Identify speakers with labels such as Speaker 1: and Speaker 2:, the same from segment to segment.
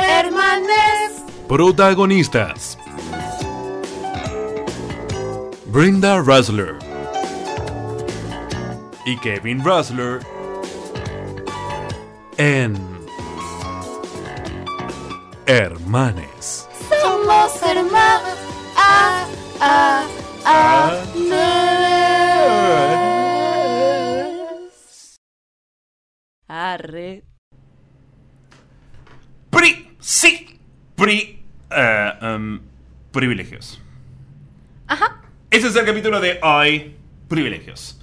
Speaker 1: Hermanes.
Speaker 2: Protagonistas. Brenda Rassler y Kevin Rassler en Hermanes.
Speaker 1: Somos hermanos. Ah, ah, ah. ah. Arre.
Speaker 2: Pri, sí, pri, eh, em, privilegios.
Speaker 1: Ajá.
Speaker 2: Ese es el capítulo de hoy, privilegios.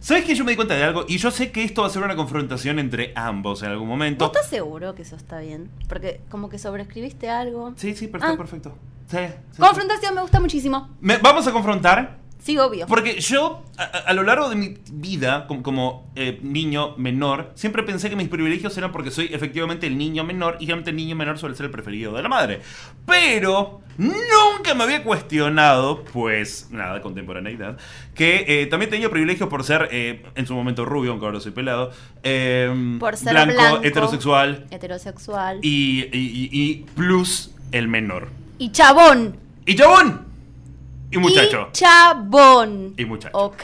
Speaker 2: ¿Sabes que yo me di cuenta de algo? Y yo sé que esto va a ser una confrontación entre ambos en algún
Speaker 1: ¿Vos
Speaker 2: momento.
Speaker 1: estás seguro que eso está bien? Porque como que sobreescribiste algo.
Speaker 2: Sí, sí, pero está
Speaker 1: Ah.
Speaker 2: perfecto. Sí, sí, sí.
Speaker 1: Confrontación me gusta muchísimo.
Speaker 2: Me- vamos a confrontar
Speaker 1: Sí, obvio.
Speaker 2: Porque yo, a, a- a lo largo de mi vida, como, como, eh, niño menor, siempre pensé que mis privilegios eran porque soy efectivamente el niño menor y generalmente el niño menor suele ser el preferido de la madre. Pero nunca me había cuestionado, pues nada, contemporaneidad, que eh, también tenía privilegios por ser eh, en su momento rubio, aunque ahora soy pelado, eh,
Speaker 1: Por ser
Speaker 2: blanco,
Speaker 1: blanco.
Speaker 2: heterosexual
Speaker 1: Heterosexual. Y,
Speaker 2: y, y- y- y plus el menor.
Speaker 1: chabón.
Speaker 2: Y chabón. Y muchacho.
Speaker 1: Y chabón.
Speaker 2: Y muchacho.
Speaker 1: Ok.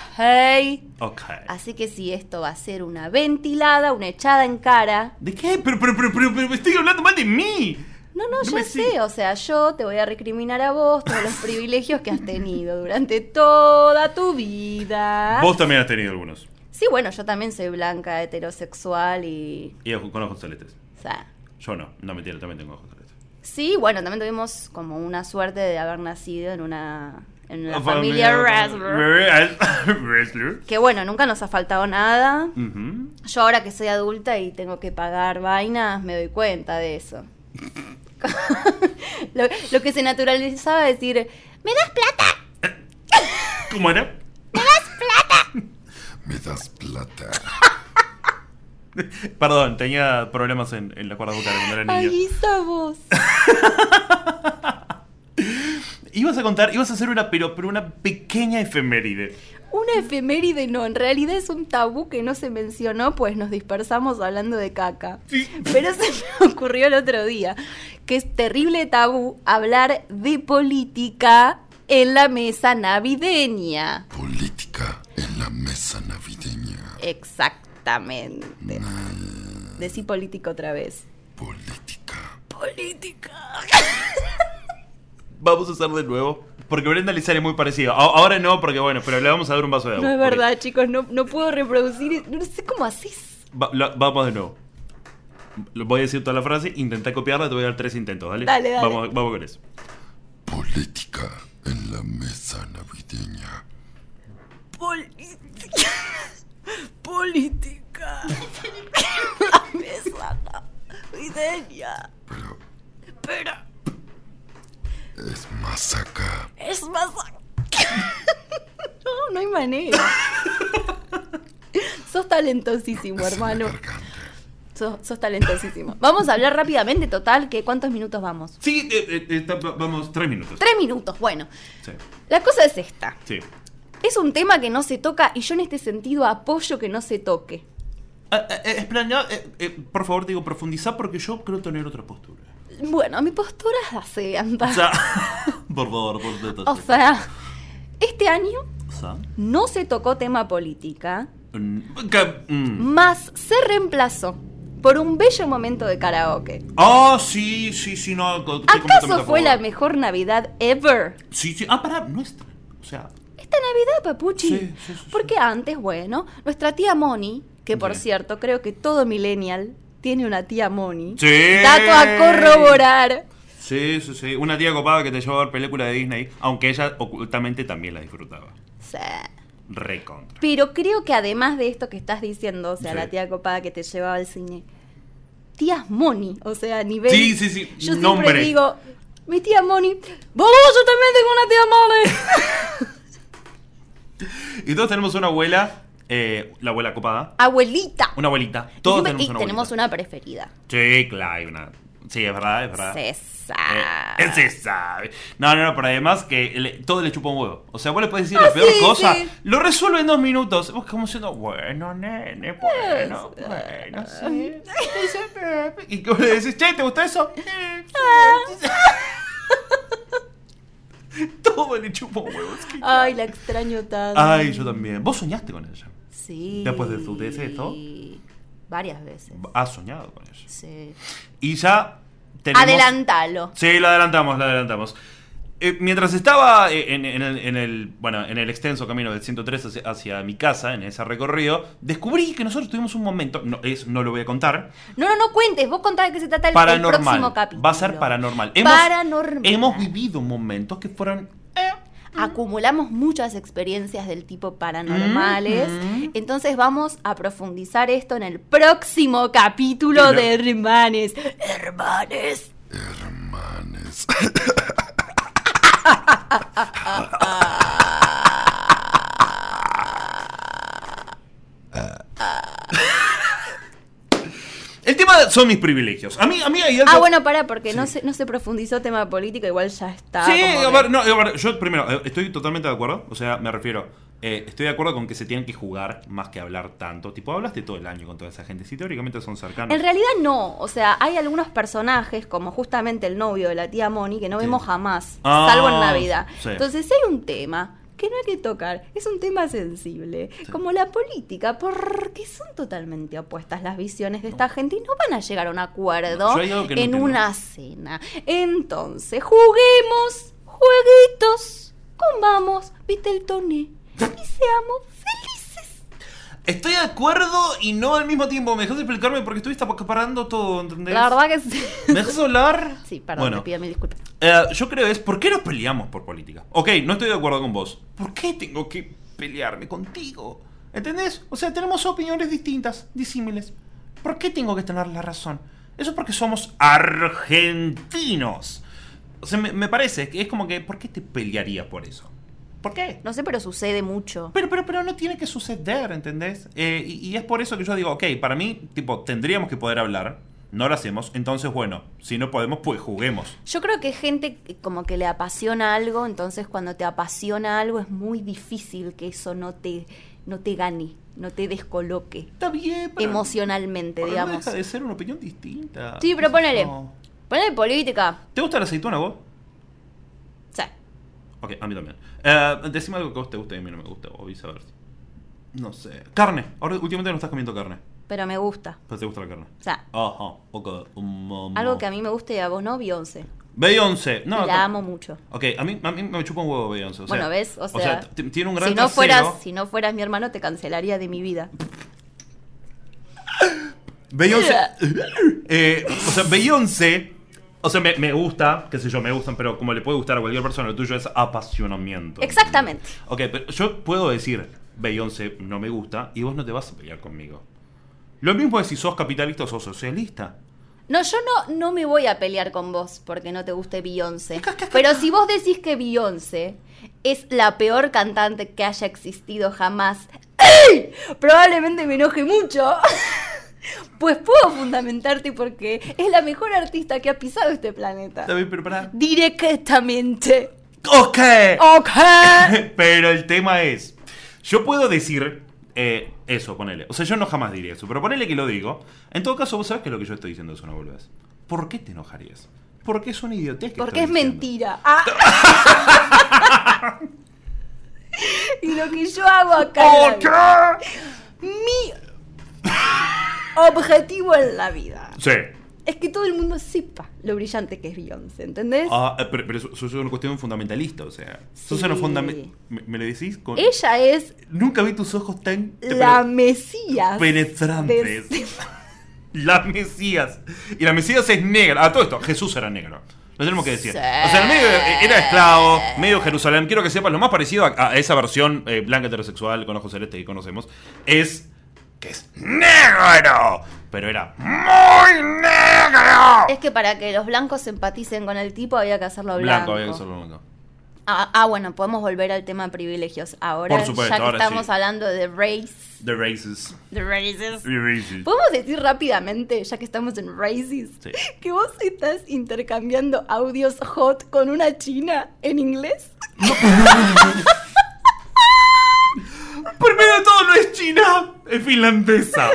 Speaker 2: Ok.
Speaker 1: Así que si esto va a ser una ventilada, una echada en cara.
Speaker 2: ¿De qué? Pero, pero, pero, pero, pero estoy hablando mal de mí.
Speaker 1: No, no,
Speaker 2: No
Speaker 1: yo
Speaker 2: me
Speaker 1: sé,
Speaker 2: sigue.
Speaker 1: o sea, yo te voy a recriminar a vos todos los privilegios que has tenido durante toda tu vida.
Speaker 2: Vos también has tenido algunos.
Speaker 1: Sí, bueno, yo también soy blanca, heterosexual y...
Speaker 2: Y ojo- con ojos celestes.
Speaker 1: O sea,
Speaker 2: Yo no, no mentira, también tengo ojos celestes.
Speaker 1: sí, bueno, también tuvimos como una suerte de haber nacido en una... En la
Speaker 2: Ah,
Speaker 1: familia Raspberry.
Speaker 2: Wrestler.
Speaker 1: Que bueno, nunca nos ha faltado nada.
Speaker 2: Ujú.
Speaker 1: Yo ahora que soy adulta y tengo que pagar vainas, me doy cuenta de eso. lo, lo que se naturalizaba decir, ¿me das plata?
Speaker 2: ¿Cómo era?
Speaker 3: Me das plata.
Speaker 2: Perdón, tenía problemas en, en la cuerda vocal cuando era niño.
Speaker 1: Ahí estamos.
Speaker 2: Ibas a contar, ibas a hacer una, pero, pero una pequeña efeméride.
Speaker 1: Una efeméride no, en realidad es un tabú que no se mencionó, pues nos dispersamos hablando de caca.
Speaker 2: Sí.
Speaker 1: Pero se me ocurrió el otro día que es terrible tabú hablar de política en la mesa navideña.
Speaker 3: Política en la mesa navideña.
Speaker 1: Exactamente.
Speaker 3: Mm.
Speaker 1: Decí política otra vez.
Speaker 3: Política.
Speaker 1: Política.
Speaker 2: Vamos a hacer de nuevo. Porque Brenda le sale muy parecido. A- Ahora no, porque bueno, pero le vamos a dar un vaso de agua.
Speaker 1: No es
Speaker 2: Ok.
Speaker 1: verdad, chicos, no, no puedo reproducir. No sé cómo haces.
Speaker 2: Va- la- vamos de nuevo. Lo- Voy a decir toda la frase, intenta copiarla, te voy a dar tres intentos, ¿dale?
Speaker 1: Dale, dale.
Speaker 2: Vamos, vamos con eso.
Speaker 3: Política en la mesa navideña.
Speaker 1: Política. Política. mesa navideña.
Speaker 3: Pero
Speaker 1: Pero
Speaker 3: es más acá.
Speaker 1: es más. No, no hay manera. Sos talentosísimo,
Speaker 3: Es en la
Speaker 1: hermano.
Speaker 3: garganta.
Speaker 1: Sos, sos talentosísimo. Vamos a hablar rápidamente, total, que ¿cuántos minutos vamos?
Speaker 2: Sí, eh, eh, está- va- vamos, tres minutos.
Speaker 1: Tres minutos, bueno.
Speaker 2: Sí,
Speaker 1: La cosa es esta.
Speaker 2: sí.
Speaker 1: Es un tema que no se toca y yo en este sentido apoyo que no se toque.
Speaker 2: Ah, ah, eh, espera, no, eh, eh, por favor, digo, profundiza porque yo creo tener otra postura.
Speaker 1: Bueno, mi postura es así, anda.
Speaker 2: O sea, por favor, por favor.
Speaker 1: O sea, este año
Speaker 2: O sea,
Speaker 1: no se tocó tema política,
Speaker 2: mm, que- mm.
Speaker 1: más se reemplazó por un bello momento de karaoke.
Speaker 2: Ah, sí, sí, sí, no. estoy completamente a
Speaker 1: ¿Acaso fue
Speaker 2: favor.
Speaker 1: la mejor Navidad ever?
Speaker 2: Sí, sí. Ah, pará, nuestra. O sea,
Speaker 1: Esta Navidad, papuchi.
Speaker 2: Sí, sí, sí,
Speaker 1: Porque antes, bueno, nuestra tía Moni, que por
Speaker 2: Sí.
Speaker 1: cierto creo que todo millennial tiene una tía Moni.
Speaker 2: Sí.
Speaker 1: Dato a corroborar.
Speaker 2: sí, sí, sí. Una tía copada que te llevó a ver películas de Disney, aunque ella ocultamente también la disfrutaba.
Speaker 1: Sí.
Speaker 2: Recontra.
Speaker 1: Pero creo que además de esto que estás diciendo, o sea,
Speaker 2: Sí.
Speaker 1: la tía copada que te llevaba al cine, tías Moni, o sea, a nivel.
Speaker 2: Sí, sí, sí,
Speaker 1: Yo
Speaker 2: nombre.
Speaker 1: siempre digo, mi tía Moni, ¡Vos, yo también tengo una tía Moni!
Speaker 2: Y todos tenemos una abuela, eh, la abuela copada,
Speaker 1: Abuelita.
Speaker 2: una abuelita. Todos
Speaker 1: Encima-
Speaker 2: tenemos
Speaker 1: y
Speaker 2: una
Speaker 1: tenemos
Speaker 2: abuelita.
Speaker 1: una preferida.
Speaker 2: Sí, claro, hay una Sí, es verdad, es verdad.
Speaker 1: Se
Speaker 2: Eh,
Speaker 1: sabe.
Speaker 2: él se sabe. No, no, no, pero además que le- todo le chupa un huevo. O sea, vos le puedes decir la peor
Speaker 1: Ah, sí,
Speaker 2: cosa,
Speaker 1: sí.
Speaker 2: lo resuelve en dos minutos. Vos como siendo, bueno, nene, bueno, bueno, sí. Entonces, eh, Y que vos le decís, che, ¿te gustó eso? Eh, sí. Todo le chupa un huevo. es que-
Speaker 1: Ay, la extraño tanto.
Speaker 2: eh, Ay, yo también. Vos soñaste con ella.
Speaker 1: Sí.
Speaker 2: Después de tu deceso.
Speaker 1: Varias veces.
Speaker 2: Has soñado con ella.
Speaker 1: Sí.
Speaker 2: Y ya tenemos...
Speaker 1: Adelántalo.
Speaker 2: Sí, la adelantamos, la adelantamos. Eh, mientras estaba eh, en, en el, en el- bueno, en el extenso camino del 103 hacia, hacia mi casa, en ese recorrido, descubrí que nosotros tuvimos un momento, no, es, no lo voy a contar,
Speaker 1: No, no, no cuentes. Vos contás de qué se trata el, el
Speaker 2: paranormal.
Speaker 1: próximo capítulo.
Speaker 2: Va a ser paranormal.
Speaker 1: Paranormal.
Speaker 2: Hemos vivido momentos que fueron... eh,
Speaker 1: Acumulamos muchas experiencias del tipo paranormales.
Speaker 2: Mm, mm.
Speaker 1: Entonces vamos a profundizar esto en el próximo capítulo
Speaker 2: Pero-
Speaker 1: de Hermanes. Hermanes.
Speaker 3: Hermanes.
Speaker 2: El tema son mis privilegios. A mí, a mí hay algo...
Speaker 1: Ah, bueno, para, porque no, se, no se profundizó tema político, igual ya está.
Speaker 2: Sí,
Speaker 1: Ah, como
Speaker 2: a
Speaker 1: que-
Speaker 2: ver, no, a ver, yo primero, eh, estoy totalmente de acuerdo. O sea, me refiero, eh, estoy de acuerdo con que se tienen que jugar más que hablar tanto. Tipo, hablaste todo el año con toda esa gente. Si teóricamente son cercanos.
Speaker 1: En realidad no, o sea, hay algunos personajes, como justamente el novio de la tía Moni, que no
Speaker 2: Sí.
Speaker 1: vemos jamás,
Speaker 2: Ah,
Speaker 1: salvo en Navidad.
Speaker 2: sí.
Speaker 1: Entonces, si hay un tema que no hay que tocar, es un tema sensible, como la política, porque son totalmente opuestas las visiones de esta gente y no van a llegar a un acuerdo
Speaker 2: No, yo hay algo que no
Speaker 1: en
Speaker 2: entiendo.
Speaker 1: una cena. Entonces, juguemos jueguitos, comamos, viste el toné y seamos felices.
Speaker 2: Estoy de acuerdo y no al mismo tiempo. Me dejas explicarme porque estuviste acaparando todo, ¿entendés?
Speaker 1: La verdad que sí.
Speaker 2: ¿Me dejas hablar?
Speaker 1: Sí, perdón,
Speaker 2: Bueno,
Speaker 1: te pido mil disculpas.
Speaker 2: eh, yo creo es, ¿por qué nos peleamos por política? Ok, no estoy de acuerdo con vos. ¿Por qué tengo que pelearme contigo? ¿Entendés? O sea, tenemos opiniones distintas, disímiles. ¿Por qué tengo que tener la razón? Eso es porque somos argentinos. O sea, me, me parece que es como que, ¿por qué te pelearías por eso? ¿Por qué?
Speaker 1: No sé, pero sucede mucho.
Speaker 2: Pero, pero, pero no tiene que suceder, ¿entendés? Eh, y, y es por eso que yo digo, ok, para mí, tipo, tendríamos que poder hablar. No lo hacemos. Entonces, bueno, si no podemos, pues juguemos.
Speaker 1: Yo creo que gente que como que le apasiona algo, entonces cuando te apasiona algo es muy difícil que eso no te, no te gane, no te descoloque
Speaker 2: Está bien, pero...
Speaker 1: emocionalmente,
Speaker 2: pero no
Speaker 1: digamos.
Speaker 2: deja de ser una opinión distinta.
Speaker 1: Sí, pero ponele.
Speaker 2: No.
Speaker 1: Ponele política.
Speaker 2: ¿Te gusta la aceituna vos?
Speaker 1: O sea,
Speaker 2: Ok, a mí también. Eh, decime algo que a vos te guste y a mí no me gusta, o viceversa. No sé. Carne. Ahora, últimamente no estás comiendo carne.
Speaker 1: pero me gusta.
Speaker 2: Pero te gusta la carne.
Speaker 1: O sea,
Speaker 2: Ajá. Ok. Um,
Speaker 1: algo que a mí me gusta y a vos no, Beyoncé.
Speaker 2: Beyoncé. No,
Speaker 1: la
Speaker 2: no.
Speaker 1: amo mucho.
Speaker 2: Ok, a mí, a mí me chupa un huevo Beyoncé. O sea,
Speaker 1: bueno, ¿ves? O sea,
Speaker 2: t- tiene un gran
Speaker 1: si, no
Speaker 2: trasero.
Speaker 1: fueras, si no fueras mi hermano, te cancelaría de mi vida.
Speaker 2: Beyoncé. Eh, o sea, Beyoncé. O sea, me, me gusta, qué sé yo, me gustan, pero como le puede gustar a cualquier persona, lo tuyo es apasionamiento.
Speaker 1: Exactamente.
Speaker 2: Ok, pero yo puedo decir, Beyoncé no me gusta, y vos no te vas a pelear conmigo. Lo mismo es si sos capitalista o sos socialista.
Speaker 1: No, yo no, no me voy a pelear con vos porque no te guste Beyoncé.
Speaker 2: Acá, acá, acá.
Speaker 1: Pero si vos decís que Beyoncé es la peor cantante que haya existido jamás, ¡ey! probablemente me enoje mucho. Pues puedo fundamentarte porque es la mejor artista que ha pisado este planeta.
Speaker 2: Está bien, pero pará.
Speaker 1: Directamente.
Speaker 2: ¡Ok!
Speaker 1: Ok.
Speaker 2: pero el tema es, yo puedo decir eh, eso, ponele. O sea, yo no jamás diría eso, pero ponele que lo digo. En todo caso, vos sabés que lo que yo estoy diciendo es una boludez. ¿Por qué te enojarías? Porque es una idiotez que
Speaker 1: Porque es
Speaker 2: estoy diciendo.
Speaker 1: mentira. Ah. y lo que yo hago acá. en la vida.
Speaker 2: ¿Por qué?
Speaker 1: Mi objetivo en la vida
Speaker 2: Sí.
Speaker 1: es que todo el mundo sepa lo brillante que es Beyoncé, ¿entendés?
Speaker 2: Ah, eh, pero, pero eso eso es una cuestión fundamentalista, o sea. Eso es
Speaker 1: Sí.
Speaker 2: una fundamental... ¿Me, me lo decís? Con...
Speaker 1: Ella es
Speaker 2: Nunca vi tus ojos tan... te-
Speaker 1: la
Speaker 2: pero-
Speaker 1: Mesías.
Speaker 2: penetrantes.
Speaker 1: de-
Speaker 2: La Mesías. Y la Mesías es negra. A todo esto, Jesús era negro. Lo tenemos que decir.
Speaker 1: Sí.
Speaker 2: O sea, el medio era esclavo, medio Jerusalén. Quiero que sepas, lo más parecido a, a esa versión eh, blanca heterosexual con ojos celestes que conocemos es que es negro. Pero era muy negro.
Speaker 1: Es que para que los blancos empaticen con el tipo había que hacerlo blanco.
Speaker 2: Blanco, había que hacerlo blanco.
Speaker 1: Ah, ah, bueno, podemos volver al tema privilegios ahora.
Speaker 2: Por supuesto,
Speaker 1: ya que
Speaker 2: ahora
Speaker 1: estamos
Speaker 2: sí.
Speaker 1: hablando de race.
Speaker 2: The Races.
Speaker 1: De races.
Speaker 2: The Races.
Speaker 1: ¿Podemos decir rápidamente, ya que estamos en races,
Speaker 2: Sí.
Speaker 1: que vos estás intercambiando audios hot con una china en inglés?
Speaker 2: Primero de todo, no es china, es finlandesa.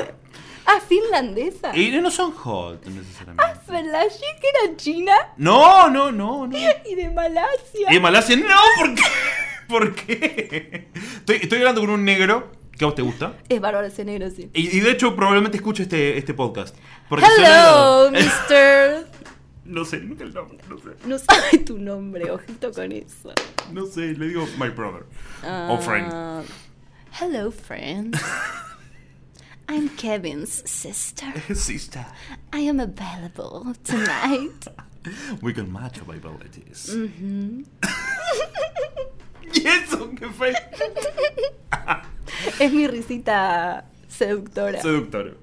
Speaker 1: Ah, finlandesa.
Speaker 2: Y no son hot,
Speaker 1: Ah,
Speaker 2: necesariamente.
Speaker 1: flashé que era china
Speaker 2: No, no, no, no.
Speaker 1: y de Malasia.
Speaker 2: ¿Y Malasia? No, ¿por qué? ¿Por qué? Estoy, estoy hablando con un negro que a vos te gusta.
Speaker 1: Es bárbaro ese negro, sí.
Speaker 2: Y, y de hecho, probablemente escuche este, este podcast. Porque
Speaker 1: Hello,
Speaker 2: soy negro.
Speaker 1: Mr.
Speaker 2: No sé, nunca el nombre, no sé.
Speaker 1: No sabe tu nombre, ojito con eso.
Speaker 2: No sé, le digo my brother.
Speaker 1: Ah,
Speaker 2: o Oh, friend.
Speaker 1: Hello, friend. I'm Kevin's sister.
Speaker 2: Sister.
Speaker 1: I am available tonight.
Speaker 2: We can match availabilities.
Speaker 1: Mm.
Speaker 2: ¿Y eso qué fue?
Speaker 1: es mi risita seductora.
Speaker 2: Seductor.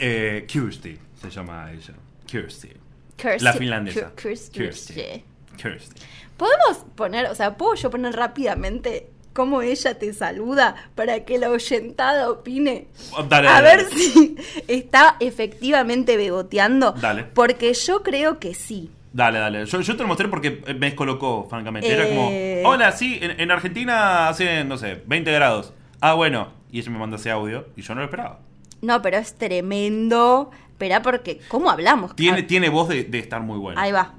Speaker 2: Eh, Kirsty se llama ella. Kirsty.
Speaker 1: Kirsty-
Speaker 2: La finlandesa.
Speaker 1: Kir- Kirsty.
Speaker 2: Kirsty. Kirsty.
Speaker 1: Podemos poner, o sea, puedo yo poner rápidamente cómo ella te saluda para que la oyentada opine.
Speaker 2: Dale,
Speaker 1: A
Speaker 2: dale,
Speaker 1: ver
Speaker 2: dale.
Speaker 1: si está efectivamente beboteando.
Speaker 2: Dale.
Speaker 1: Porque yo creo que sí.
Speaker 2: Dale, dale. Yo, yo te lo mostré porque me descolocó, francamente. Era
Speaker 1: Eh.
Speaker 2: como, hola, sí, en, en Argentina hacen, no sé, 20 grados. Ah, bueno. Y ella me manda ese audio y yo no lo esperaba.
Speaker 1: No, pero es tremendo. Espera, porque ¿cómo hablamos?
Speaker 2: Tiene,
Speaker 1: Ah,
Speaker 2: tiene voz de, de estar muy buena.
Speaker 1: Ahí va.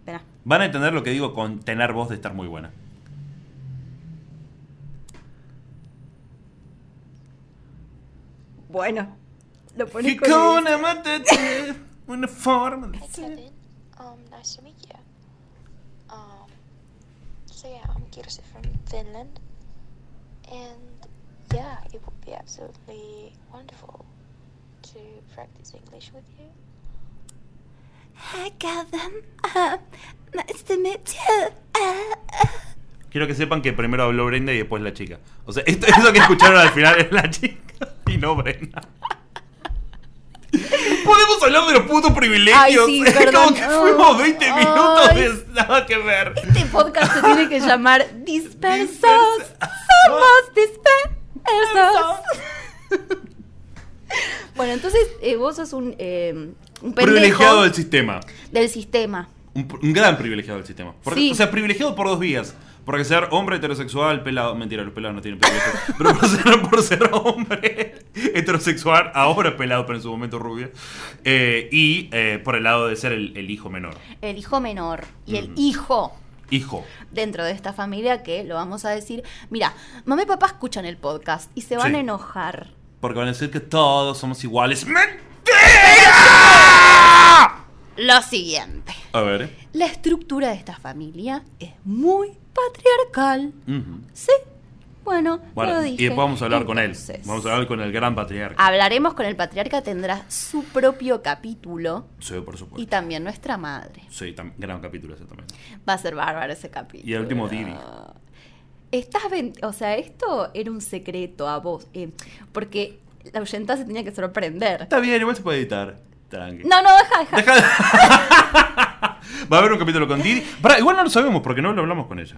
Speaker 1: Espera.
Speaker 2: Van a entender lo que digo con tener voz de estar muy buena.
Speaker 1: Bueno. Lo pones
Speaker 2: Que
Speaker 1: con
Speaker 2: con
Speaker 1: el-
Speaker 2: amarte una forma de
Speaker 4: Hi,
Speaker 2: ser.
Speaker 4: Kevin. Um, nice to meet you. Um, so yeah, I'm Kirsi from Finland, and yeah, it would be absolutely wonderful to practice English with you.
Speaker 1: Hi, Gavin. Uh, nice to meet you. Uh, uh.
Speaker 2: Quiero que sepan que primero habló Brenda y después la chica. O sea, esto, eso que escucharon al final es la chica y no Brenda. Podemos hablar de los putos privilegios.
Speaker 1: Ay, sí,
Speaker 2: Es
Speaker 1: perdón. Oh.
Speaker 2: como que fuimos 20 minutos
Speaker 1: Ay.
Speaker 2: de nada que ver.
Speaker 1: Este podcast se tiene que llamar Dispersos.
Speaker 2: Dispersa-
Speaker 1: Somos dispersos. bueno, entonces eh, vos sos un, eh, un pendejo
Speaker 2: Privilegiado del sistema.
Speaker 1: del sistema.
Speaker 2: Un, pr- un gran privilegiado del sistema. Porque-
Speaker 1: Sí.
Speaker 2: O sea, privilegiado por dos vías. Porque ser hombre heterosexual, pelado. Mentira, los pelados no tienen privilegio. pero por ser, por ser hombre heterosexual, ahora pelado, pero en su momento rubio. eh, y eh, por el lado de ser el, el hijo menor.
Speaker 1: El hijo menor y el
Speaker 2: Ujú.
Speaker 1: hijo
Speaker 2: Hijo.
Speaker 1: dentro de esta familia que lo vamos a decir. Mira, mamá y papá escuchan el podcast y se van
Speaker 2: Sí.
Speaker 1: a enojar.
Speaker 2: Porque van a decir que todos somos iguales. ¡Mentira!
Speaker 1: Lo siguiente.
Speaker 2: A ver. eh.
Speaker 1: La estructura de esta familia es muy patriarcal.
Speaker 2: Ujú.
Speaker 1: Sí, bueno, lo
Speaker 2: Bueno, y
Speaker 1: dije.
Speaker 2: después vamos a hablar con él.
Speaker 1: Entonces, Ah.
Speaker 2: Vamos a hablar con el gran patriarca.
Speaker 1: Hablaremos con el patriarca, tendrá su propio capítulo
Speaker 2: Sí, por
Speaker 1: y
Speaker 2: supuesto.
Speaker 1: también nuestra madre.
Speaker 2: Sí, tam- gran capítulo ese también.
Speaker 1: Va a ser bárbaro ese capítulo.
Speaker 2: Y el último Didi.
Speaker 1: Estás ven- o sea, esto era un secreto a vos, eh, porque la ahuyentada se tenía que sorprender.
Speaker 2: Está bien, igual se puede editar. Tranqui.
Speaker 1: No, no, deja, deja.
Speaker 2: Deja de- Va a haber un capítulo con Didi. Pará, igual no lo sabemos porque no lo hablamos con ella.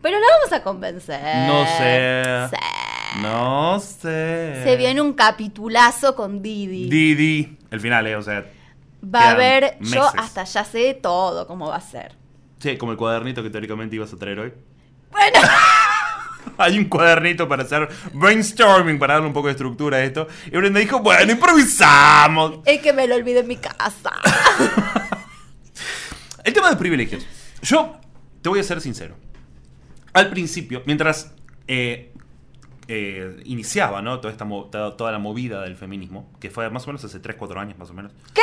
Speaker 1: Pero la vamos a convencer.
Speaker 2: No sé.
Speaker 1: Sí.
Speaker 2: No sé.
Speaker 1: Se viene un capitulazo con Didi.
Speaker 2: Didi. El final, eh, o
Speaker 1: Va
Speaker 2: sea.
Speaker 1: a
Speaker 2: Quedan
Speaker 1: haber, yo
Speaker 2: meses.
Speaker 1: hasta ya sé de todo cómo va a ser.
Speaker 2: Sí, como el cuadernito que teóricamente ibas a traer hoy.
Speaker 1: Bueno,
Speaker 2: Hay un cuadernito para hacer brainstorming, para darle un poco de estructura a esto. Y Brenda dijo, bueno, improvisamos.
Speaker 1: es que me lo olvidé en mi casa.
Speaker 2: El tema de privilegios. Yo te voy a ser sincero. Al principio, mientras eh, eh, iniciaba ¿no? toda, esta mo- to- toda la movida del feminismo, que fue más o menos hace 3, 4 años más o menos. ¿Qué?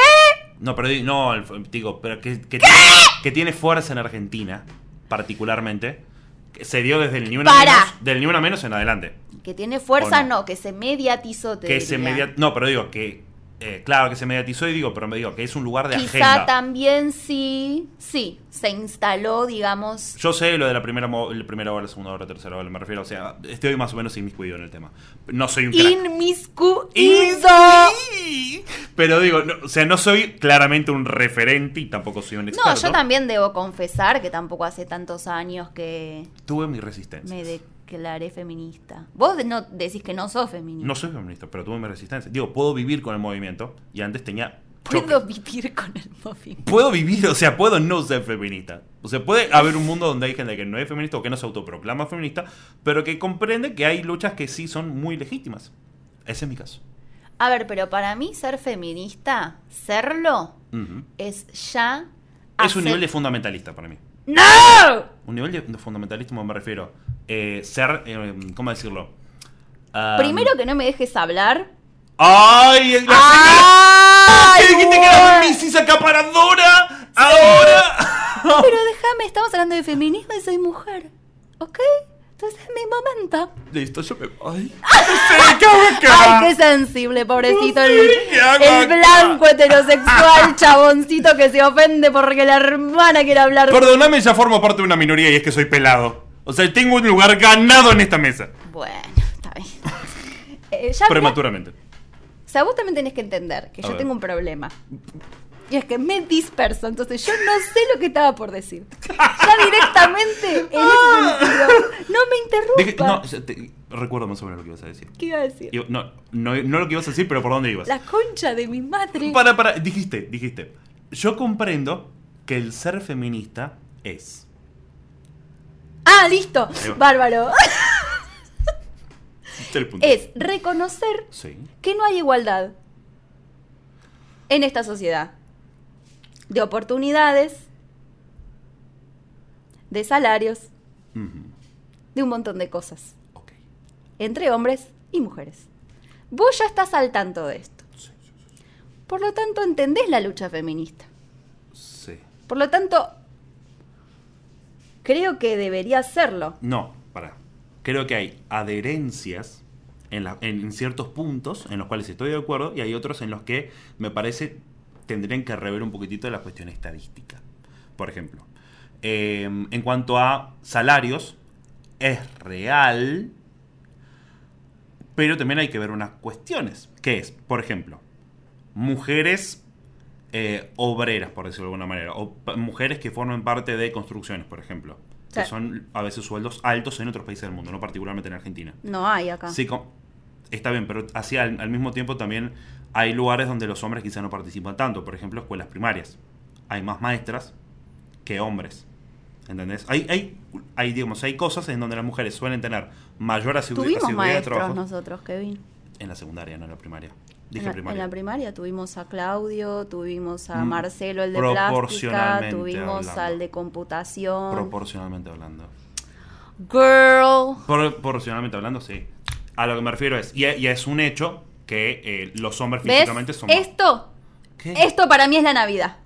Speaker 2: No, pero di- no, el fe- digo, pero que, que Tiene, que tiene fuerza en Argentina, particularmente, que se dio desde el ni una
Speaker 1: Para.
Speaker 2: menos, del ni una menos en adelante.
Speaker 1: Que tiene fuerza,
Speaker 2: O no.
Speaker 1: no. que se mediatizó. te
Speaker 2: que se
Speaker 1: diría.
Speaker 2: media- no, pero digo que eh, claro que se mediatizó y digo, pero me digo que es un lugar de
Speaker 1: Quizá
Speaker 2: agenda.
Speaker 1: también sí, sí, se instaló, digamos.
Speaker 2: Yo sé lo de la primera, mo- la primera hora, la segunda hora, la tercera hora, me refiero, o sea, estoy más o menos inmiscuido en el tema. No soy un crack.
Speaker 1: Inmiscuido.
Speaker 2: Inmiscuido. Pero digo, no, o sea, no soy claramente un referente y tampoco soy un experto.
Speaker 1: No, yo también debo confesar que tampoco hace tantos años que
Speaker 2: Tuve mi resistencia.
Speaker 1: me declaré feminista. Vos de- no decís que no sos feminista.
Speaker 2: No soy feminista, pero tuve mi resistencia. Digo, puedo vivir con el movimiento y antes tenía. choque.
Speaker 1: Puedo vivir con el móvil.
Speaker 2: Puedo vivir, o sea, puedo no ser feminista. O sea, puede haber un mundo donde hay gente que no es feminista o que no se autoproclama feminista, pero que comprende que hay luchas que sí son muy legítimas. Ese es mi caso.
Speaker 1: A ver, pero para mí ser feminista, serlo,
Speaker 2: Ujú.
Speaker 1: es ya...
Speaker 2: Es un
Speaker 1: acep-
Speaker 2: nivel de fundamentalista para mí.
Speaker 1: ¡No!
Speaker 2: Un nivel de fundamentalismo me refiero. Eh, ser, eh, ¿cómo decirlo? Ah,
Speaker 1: Primero que no me dejes hablar. Ah,
Speaker 2: ¡Ay! ¡La señora!
Speaker 1: ¡Ay,
Speaker 2: ¿Qué dijiste que era
Speaker 1: güey!
Speaker 2: Missis acaparadora! ¡Ahora!
Speaker 1: Pero déjame, estamos hablando de feminismo y soy mujer. ¿Ok? Entonces es mi momento.
Speaker 2: Listo, yo me. ¡Ay! No sé, ¿qué hago acá?
Speaker 1: Ay, qué sensible, pobrecito.
Speaker 2: No sé
Speaker 1: el,
Speaker 2: qué hago
Speaker 1: el
Speaker 2: acá.
Speaker 1: blanco heterosexual chaboncito que se ofende porque la hermana quiere hablar.
Speaker 2: Perdóname, ya formo parte de una minoría y es que soy pelado. O sea, tengo un lugar ganado en esta mesa.
Speaker 1: Bueno, está bien. Eh, ya,
Speaker 2: Prematuramente.
Speaker 1: O sea, vos también tenés que entender que
Speaker 2: A
Speaker 1: yo
Speaker 2: ver.
Speaker 1: tengo un problema. Y es que me disperso, entonces yo no sé lo que estaba por decir. Ya directamente en ese sentido. No me interrumpas.
Speaker 2: Deje- no, ya te- recuerdo más o menos lo que ibas a decir.
Speaker 1: ¿Qué iba a decir?
Speaker 2: Iba- no, no, no lo que ibas a decir, pero por dónde ibas.
Speaker 1: La concha de mi madre.
Speaker 2: Para, para, dijiste, dijiste. Yo comprendo que el ser feminista es.
Speaker 1: Ah, listo.
Speaker 2: Ahí va.
Speaker 1: Bárbaro.
Speaker 2: Este es el punto.
Speaker 1: Es reconocer
Speaker 2: Sí.
Speaker 1: que no hay igualdad en esta sociedad. De oportunidades, de salarios,
Speaker 2: Ujú.
Speaker 1: de un montón de cosas.
Speaker 2: Ok.
Speaker 1: entre hombres y mujeres. Vos ya estás al tanto de esto. Por lo tanto, entendés la lucha feminista.
Speaker 2: Sí.
Speaker 1: Por lo tanto, creo que debería hacerlo.
Speaker 2: No, para. Creo que hay adherencias en, la- en ciertos puntos en los cuales estoy de acuerdo y hay otros en los que me parece tendrían que rever un poquitito la cuestión estadística. Por ejemplo, eh, en cuanto a salarios, es real, pero también hay que ver unas cuestiones. Que es, por ejemplo, mujeres eh, obreras, por decirlo de alguna manera, o pa- mujeres que formen parte de construcciones, por ejemplo, que
Speaker 1: Sí.
Speaker 2: son a veces sueldos altos en otros países del mundo, no particularmente en Argentina.
Speaker 1: No hay acá.
Speaker 2: Sí, com- está bien, pero así al, al mismo tiempo también hay lugares donde los hombres quizá no participan tanto. Por ejemplo, escuelas primarias. Hay más maestras que hombres. ¿Entendés? Hay, hay, hay, digamos, hay cosas en donde las mujeres suelen tener mayor asidu-
Speaker 1: Tuvimos
Speaker 2: asiduidad de
Speaker 1: maestros
Speaker 2: trabajo.
Speaker 1: nosotros, Kevin.
Speaker 2: En la secundaria, no en la primaria.
Speaker 1: En
Speaker 2: Dije
Speaker 1: la, en
Speaker 2: primaria.
Speaker 1: la primaria tuvimos a Claudio, tuvimos a
Speaker 2: Mm,
Speaker 1: Marcelo, el de plástica,
Speaker 2: proporcionalmente
Speaker 1: tuvimos
Speaker 2: hablando.
Speaker 1: al de computación.
Speaker 2: Proporcionalmente hablando.
Speaker 1: Girl.
Speaker 2: Por- proporcionalmente hablando, sí. A lo que me refiero es. Y, y es un hecho que eh, los hombres
Speaker 1: ¿Ves?
Speaker 2: físicamente Eh. son. más-
Speaker 1: Esto,
Speaker 2: ¿Qué?
Speaker 1: esto para mí es la Navidad.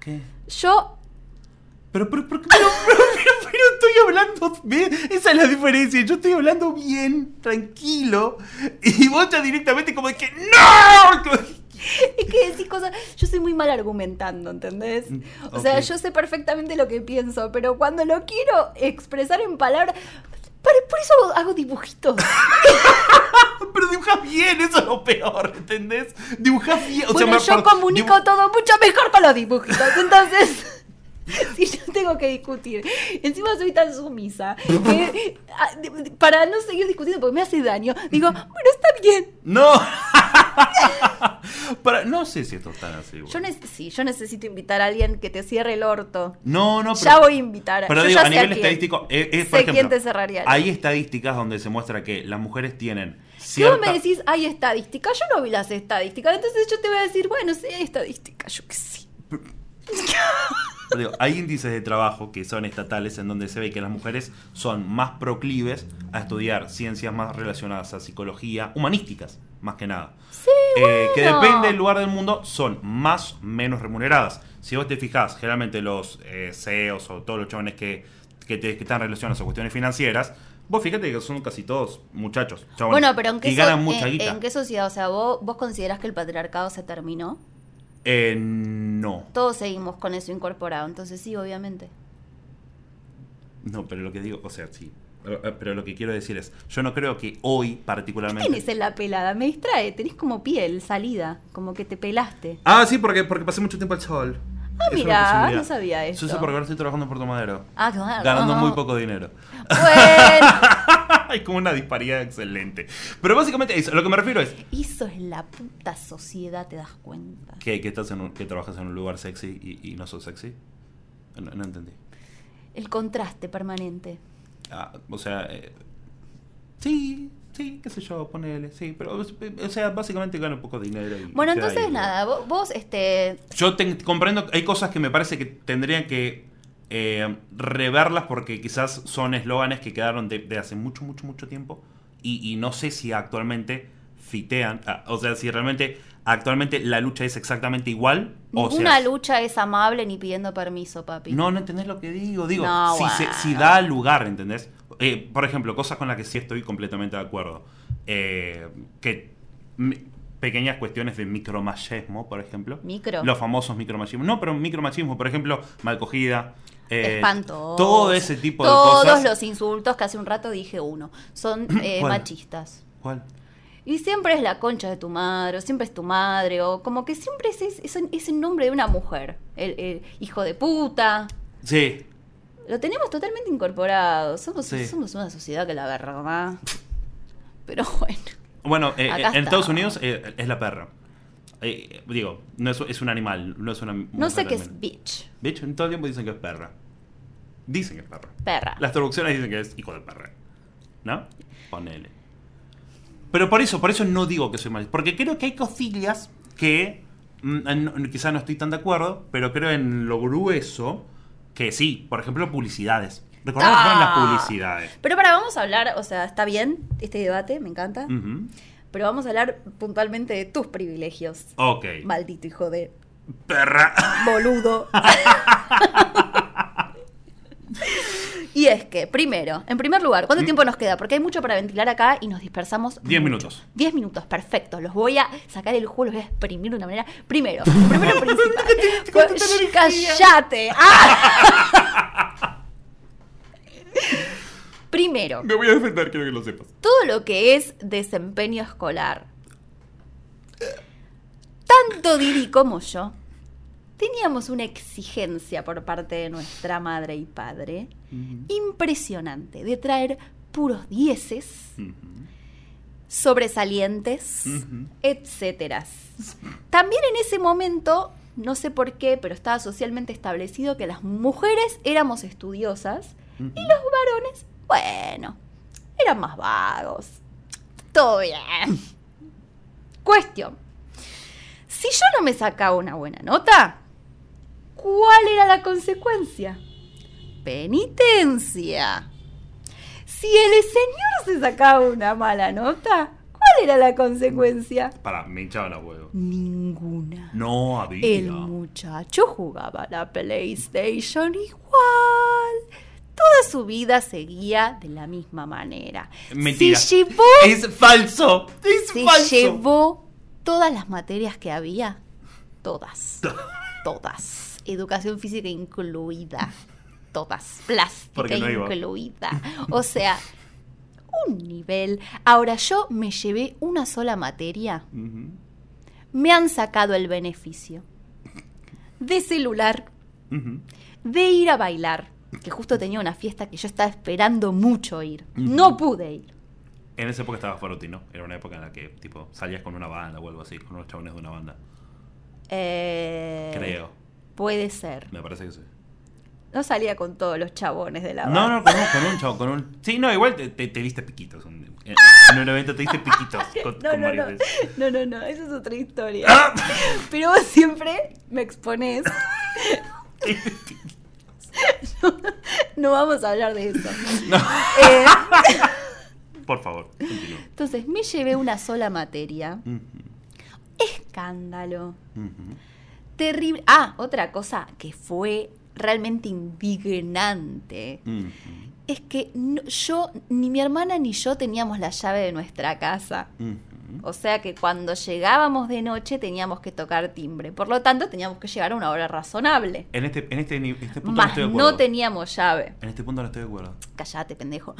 Speaker 2: ¿Qué?
Speaker 1: Yo
Speaker 2: Pero, pero, pero, pero, pero, pero- pero estoy hablando bien. Esa es la diferencia. Yo estoy hablando bien, tranquilo. Y vos ya directamente como de que ¡No! Como-
Speaker 1: Es que decís cosas. Yo soy muy mal argumentando, ¿entendés?
Speaker 2: Mm,
Speaker 1: O sea,
Speaker 2: ok.
Speaker 1: yo sé perfectamente lo que pienso, pero cuando lo quiero expresar en palabras. Por, por eso hago- hago dibujitos.
Speaker 2: Pero dibujas bien, eso es lo peor, ¿entendés? Dibujas bien. O
Speaker 1: bueno,
Speaker 2: sea, me-
Speaker 1: yo comunico
Speaker 2: dibu-
Speaker 1: todo mucho mejor con los dibujitos. Entonces. Si yo tengo que discutir. Encima soy tan sumisa que ah, de- de- para no seguir discutiendo porque me hace daño, digo, bueno, está bien.
Speaker 2: No. Para- no sé si esto es tan así. boludo.
Speaker 1: Yo nec- sí, yo necesito invitar a alguien que te cierre el orto.
Speaker 2: No, no,
Speaker 1: Ya voy a invitar.
Speaker 2: Pero
Speaker 1: Yo
Speaker 2: digo,
Speaker 1: ya
Speaker 2: a
Speaker 1: sé a
Speaker 2: nivel
Speaker 1: quién.
Speaker 2: estadístico, eh, eh,
Speaker 1: Sé
Speaker 2: por ejemplo,
Speaker 1: quién te cerraría.
Speaker 2: hay estadísticas donde se muestra que las mujeres tienen
Speaker 1: Si vos
Speaker 2: cierta...
Speaker 1: me decís, hay estadísticas, yo no vi las estadísticas, entonces yo te voy a decir, bueno, sí hay estadísticas, yo que sí.
Speaker 2: Digo, hay índices de trabajo que son estatales en donde se ve que las mujeres son más proclives a estudiar ciencias más relacionadas a psicología, humanísticas, más que nada.
Speaker 1: Sí,
Speaker 2: Eh, que
Speaker 1: bueno.
Speaker 2: depende del lugar del mundo, son más menos remuneradas. Si vos te fijás, generalmente los eh, CEOs o todos los chavales que, que, te- que están relacionados a cuestiones financieras, vos fíjate que son casi todos muchachos, chabones,
Speaker 1: Bueno, pero ¿en qué,
Speaker 2: y ganan
Speaker 1: so-
Speaker 2: mucha
Speaker 1: en-
Speaker 2: guita.
Speaker 1: en qué sociedad? O sea, ¿vos, vos considerás que el patriarcado se terminó?
Speaker 2: Eh, no.
Speaker 1: Todos seguimos con eso incorporado, entonces sí, obviamente.
Speaker 2: No, pero lo que digo, o sea, sí. eh, Pero lo que quiero decir es, yo no creo que hoy particularmente...
Speaker 1: Tenés en la pelada, me distrae, tenés como piel, salida, como que te pelaste.
Speaker 2: Ah, sí, porque, porque pasé mucho tiempo al sol.
Speaker 1: Ah,
Speaker 2: Es una
Speaker 1: mirá,
Speaker 2: posibilidad.
Speaker 1: no sabía eso.
Speaker 2: Yo sé porque ahora estoy trabajando en Puerto Madero.
Speaker 1: Ah, claro.
Speaker 2: Ganando muy poco dinero.
Speaker 1: Bueno,
Speaker 2: Hay como una disparidad excelente. Pero básicamente eso, lo que me refiero es
Speaker 1: eso es la puta sociedad, te das cuenta.
Speaker 2: que, que estás en un- que trabajas en un lugar sexy y, y no sos sexy. No, no entendí.
Speaker 1: El contraste permanente.
Speaker 2: Ah, o sea, eh, sí, sí, qué sé yo, ponele, sí. Pero, eh, o sea, básicamente gano poco dinero. y-
Speaker 1: Bueno,
Speaker 2: y te da
Speaker 1: entonces
Speaker 2: Mm, ahí.
Speaker 1: nada, vos, vos, este...
Speaker 2: Yo te- comprendo, hay cosas que me parece que tendrían que eh, reverlas porque quizás son eslóganes que quedaron de, de hace mucho, mucho, mucho tiempo y, y no sé si actualmente fitean, ah, o sea, si realmente actualmente la lucha es exactamente igual. O sea,
Speaker 1: Ninguna lucha es amable ni pidiendo permiso, papi.
Speaker 2: No, no entendés lo que digo. Digo,
Speaker 1: No,
Speaker 2: si, se-
Speaker 1: bueno.
Speaker 2: si da lugar, ¿entendés? Eh, por ejemplo, cosas con las que sí estoy completamente de acuerdo. Eh, que mi- pequeñas cuestiones de micromachismo, por ejemplo.
Speaker 1: Micro.
Speaker 2: Los famosos micromachismos. No, pero micromachismo, por ejemplo, malcogida. eh,
Speaker 1: Espantoso.
Speaker 2: Todo ese tipo de
Speaker 1: Todos
Speaker 2: cosas.
Speaker 1: los insultos que hace un rato dije uno son eh,
Speaker 2: ¿Cuál?
Speaker 1: machistas.
Speaker 2: ¿Cuál?
Speaker 1: Y siempre es la concha de tu madre, o siempre es tu madre, o como que siempre es, es, es, es el nombre de una mujer. El, el hijo de puta.
Speaker 2: Sí.
Speaker 1: Lo tenemos totalmente incorporado. Somos,
Speaker 2: Sí.
Speaker 1: somos una sociedad que la verdad. Pero bueno.
Speaker 2: Bueno, eh,
Speaker 1: Acá
Speaker 2: eh,
Speaker 1: está.
Speaker 2: en Estados Unidos eh, es la perra. Eh, digo, no es, es un animal, no es una.
Speaker 1: No sé
Speaker 2: mujer
Speaker 1: qué es
Speaker 2: también.
Speaker 1: bitch.
Speaker 2: De hecho, en todo el tiempo dicen que es perra. Dicen que es perra.
Speaker 1: Perra.
Speaker 2: Las traducciones dicen que es hijo de perra. ¿No? Ponele. Pero por eso, por eso no digo que soy mal. Porque creo que hay cosillas que mm, quizás no estoy tan de acuerdo, pero creo en lo grueso que sí. Por ejemplo, publicidades. Recordemos que fueron
Speaker 1: Ah.
Speaker 2: las publicidades.
Speaker 1: Pero para, vamos a hablar, o sea, está bien este debate, me encanta.
Speaker 2: Ujú.
Speaker 1: Pero vamos a hablar puntualmente de tus privilegios.
Speaker 2: Ok.
Speaker 1: Maldito hijo de
Speaker 2: Perra.
Speaker 1: boludo. y es que, primero, en primer lugar, ¿cuánto tiempo nos queda? Porque hay mucho para ventilar acá y nos dispersamos.
Speaker 2: Mm. Diez
Speaker 1: mucho.
Speaker 2: minutos.
Speaker 1: Diez minutos, perfecto. Los voy a sacar el juego, los voy a exprimir de una manera. Primero, primero principal. Cu- Shh, ¡Cállate! ¡Ah! primero,
Speaker 2: Me voy a defender, quiero que lo sepas.
Speaker 1: todo lo que es desempeño escolar. Tanto Didi como yo teníamos una exigencia por parte de nuestra madre y padre impresionante de traer puros dieces, sobresalientes,
Speaker 2: Ujú.
Speaker 1: etcétera. También en ese momento, no sé por qué, pero estaba socialmente establecido que las mujeres éramos estudiosas y los varones, bueno, eran más vagos. Todo bien. Cuestión. Si yo no me sacaba una buena nota, ¿cuál era la consecuencia? Penitencia. Si el señor se sacaba una mala nota, ¿cuál era la consecuencia?
Speaker 2: Para, me hinchaban la huevo.
Speaker 1: Ninguna.
Speaker 2: No había.
Speaker 1: El muchacho jugaba a la PlayStation igual. Toda su vida seguía de la misma manera.
Speaker 2: Mentira.
Speaker 1: Si llevó,
Speaker 2: Es falso. Es
Speaker 1: se
Speaker 2: falso.
Speaker 1: llevó todas las materias que había. Todas. Todas. Educación física incluida. Todas. Plástica
Speaker 2: Porque no iba.
Speaker 1: incluida. O sea, un nivel. Ahora yo me llevé una sola materia
Speaker 2: Ujú.
Speaker 1: me han sacado el beneficio de celular,
Speaker 2: Ujú.
Speaker 1: de ir a bailar, que justo tenía una fiesta que yo estaba esperando mucho ir. No pude ir.
Speaker 2: En esa época estaba Farotino. Era una época en la que, tipo, salías con una banda o algo así, con unos chabones de una banda.
Speaker 1: Eh,
Speaker 2: Creo.
Speaker 1: Puede ser.
Speaker 2: Me parece que sí.
Speaker 1: No salía con todos los chabones de la
Speaker 2: No,
Speaker 1: banda.
Speaker 2: no, con un, con un chavo, con un. Sí, no, igual te, te- te diste piquitos. un- En, en un evento te diste piquitos con,
Speaker 1: No,
Speaker 2: con
Speaker 1: no,
Speaker 2: varios
Speaker 1: no,
Speaker 2: de esos.
Speaker 1: no, no, no, eso es otra historia.
Speaker 2: ¡Ah!
Speaker 1: Pero vos siempre me exponés. No, no vamos a hablar de eso. Eh,
Speaker 2: Por favor, continúa.
Speaker 1: entonces, me llevé una sola materia.
Speaker 2: Ujú,
Speaker 1: Escándalo.
Speaker 2: ujú.
Speaker 1: Terrible. Ah, otra cosa que fue realmente indignante
Speaker 2: Ujú.
Speaker 1: es que no- yo, ni mi hermana ni yo teníamos la llave de nuestra casa.
Speaker 2: Ujú.
Speaker 1: O sea que cuando llegábamos de noche teníamos que tocar timbre. Por lo tanto, teníamos que llegar a una hora razonable.
Speaker 2: En este, en este, ni- este punto no
Speaker 1: Más
Speaker 2: estoy de acuerdo.
Speaker 1: no teníamos llave.
Speaker 2: En este punto no estoy de acuerdo.
Speaker 1: Callate, pendejo.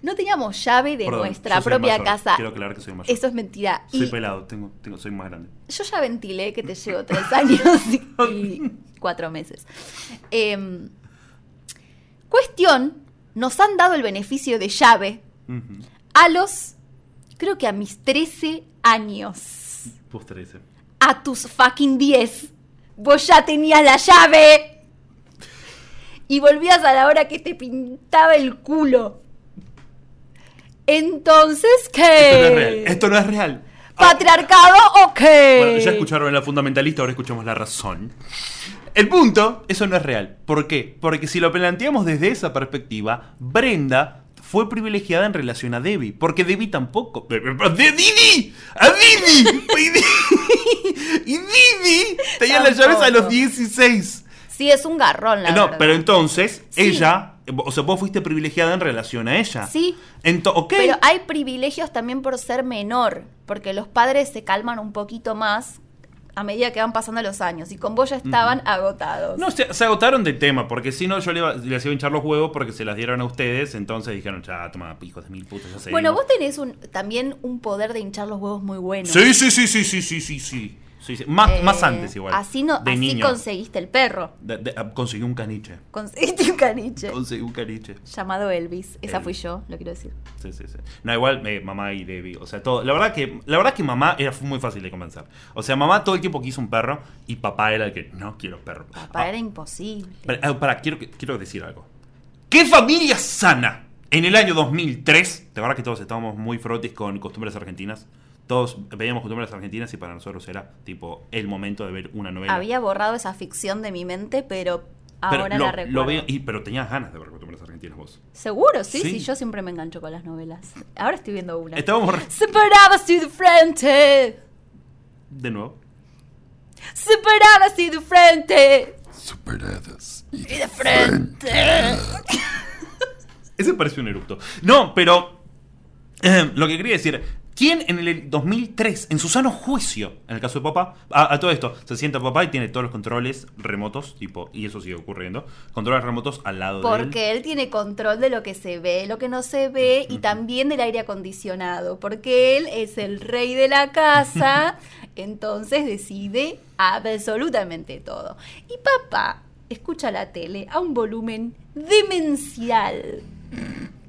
Speaker 1: No teníamos llave de
Speaker 2: Perdón,
Speaker 1: nuestra
Speaker 2: yo soy el
Speaker 1: propia
Speaker 2: mayor.
Speaker 1: casa.
Speaker 2: Quiero aclarar que soy el mayor.
Speaker 1: Eso es mentira.
Speaker 2: Soy
Speaker 1: y
Speaker 2: pelado, tengo, tengo, soy más grande.
Speaker 1: yo ya ventilé que te llevo tres años y, y cuatro meses. Em, cuestión, nos han dado el beneficio de llave
Speaker 2: Ujú.
Speaker 1: a los, creo que a mis 13 años.
Speaker 2: Postre ese.
Speaker 1: a tus fucking 10. Vos ya tenías la llave. Y volvías a la hora que te pintaba el culo. Entonces,
Speaker 2: Esto no es real.
Speaker 1: ¿qué?
Speaker 2: Esto no es real.
Speaker 1: ¿Patriarcado o qué?
Speaker 2: Bueno, ya escucharon la fundamentalista, ahora escuchamos la razón. El punto, eso no es real. ¿Por qué? Porque si lo planteamos desde esa perspectiva, Brenda fue privilegiada en relación a Debbie. Porque Debbie tampoco. ¡De de Didi! ¡A Didi! Y Didi- Y Didi tenía las llaves a los
Speaker 1: Tampoco.
Speaker 2: 16.
Speaker 1: Sí, es un garrón, la
Speaker 2: Eh, no,
Speaker 1: verdad.
Speaker 2: pero entonces,
Speaker 1: Sí.
Speaker 2: ella. O sea, vos fuiste privilegiada en relación a ella.
Speaker 1: Sí.
Speaker 2: Ento- ok.
Speaker 1: Pero hay privilegios también por ser menor, porque los padres se calman un poquito más a medida que van pasando los años. Y con vos ya estaban agotados.
Speaker 2: No, se, se agotaron del tema, porque si no, yo le iba, les iba a hinchar los huevos porque se las dieron a ustedes, entonces dijeron, ya, toma, hijos de mil putas, ya sé.
Speaker 1: bueno, vos tenés un, también un poder de hinchar los huevos muy bueno.
Speaker 2: Sí, sí, sí, sí, sí, sí, sí, sí. Sí, sí. Más,
Speaker 1: Eh,
Speaker 2: más antes igual.
Speaker 1: Así, no,
Speaker 2: de
Speaker 1: así
Speaker 2: niño.
Speaker 1: conseguiste el perro.
Speaker 2: De- de- ah, conseguí un caniche.
Speaker 1: Conseguiste un caniche.
Speaker 2: Conseguí un caniche.
Speaker 1: Llamado Elvis. Esa
Speaker 2: Elvis.
Speaker 1: fui yo, lo quiero decir.
Speaker 2: Sí, sí, sí. No, igual eh, mamá y Debbie. O sea, todo. La verdad que, la verdad que mamá era muy fácil de convencer. O sea, mamá todo el tiempo quiso un perro y papá era el que no quiero perro.
Speaker 1: Papá
Speaker 2: Ah,
Speaker 1: era imposible.
Speaker 2: Para, ah, para, quiero, que- quiero decir algo. ¿Qué familia sana en el año 2003? ¿Te acuerdas que todos estábamos muy frotis con costumbres argentinas? Todos veíamos costumbres argentinas y para nosotros era tipo el momento de ver una novela.
Speaker 1: Había borrado esa ficción de mi mente, pero
Speaker 2: pero
Speaker 1: ahora
Speaker 2: lo,
Speaker 1: la
Speaker 2: lo
Speaker 1: recuerdo.
Speaker 2: veo- y- pero tenías ganas de ver costumbres argentinas vos.
Speaker 1: Seguro, sí,
Speaker 2: Sí.
Speaker 1: sí, yo siempre me engancho con las novelas. Ahora estoy viendo una.
Speaker 2: Estábamos re-
Speaker 1: Separabas y de frente.
Speaker 2: de nuevo.
Speaker 1: Separabas y de frente.
Speaker 3: Superadas y
Speaker 1: Y de frente.
Speaker 2: Ese parece un eructo. No, pero eh, lo que quería decir, ¿quién en el 2003, en su sano juicio, en el caso de papá, a, a todo esto, se sienta papá y tiene todos los controles remotos, tipo, y eso sigue ocurriendo, controles remotos al lado de él?
Speaker 1: Porque él tiene control de lo que se ve, lo que no se ve y también del aire acondicionado. Porque él es el rey de la casa, entonces decide absolutamente todo. Y papá escucha la tele a un volumen demencial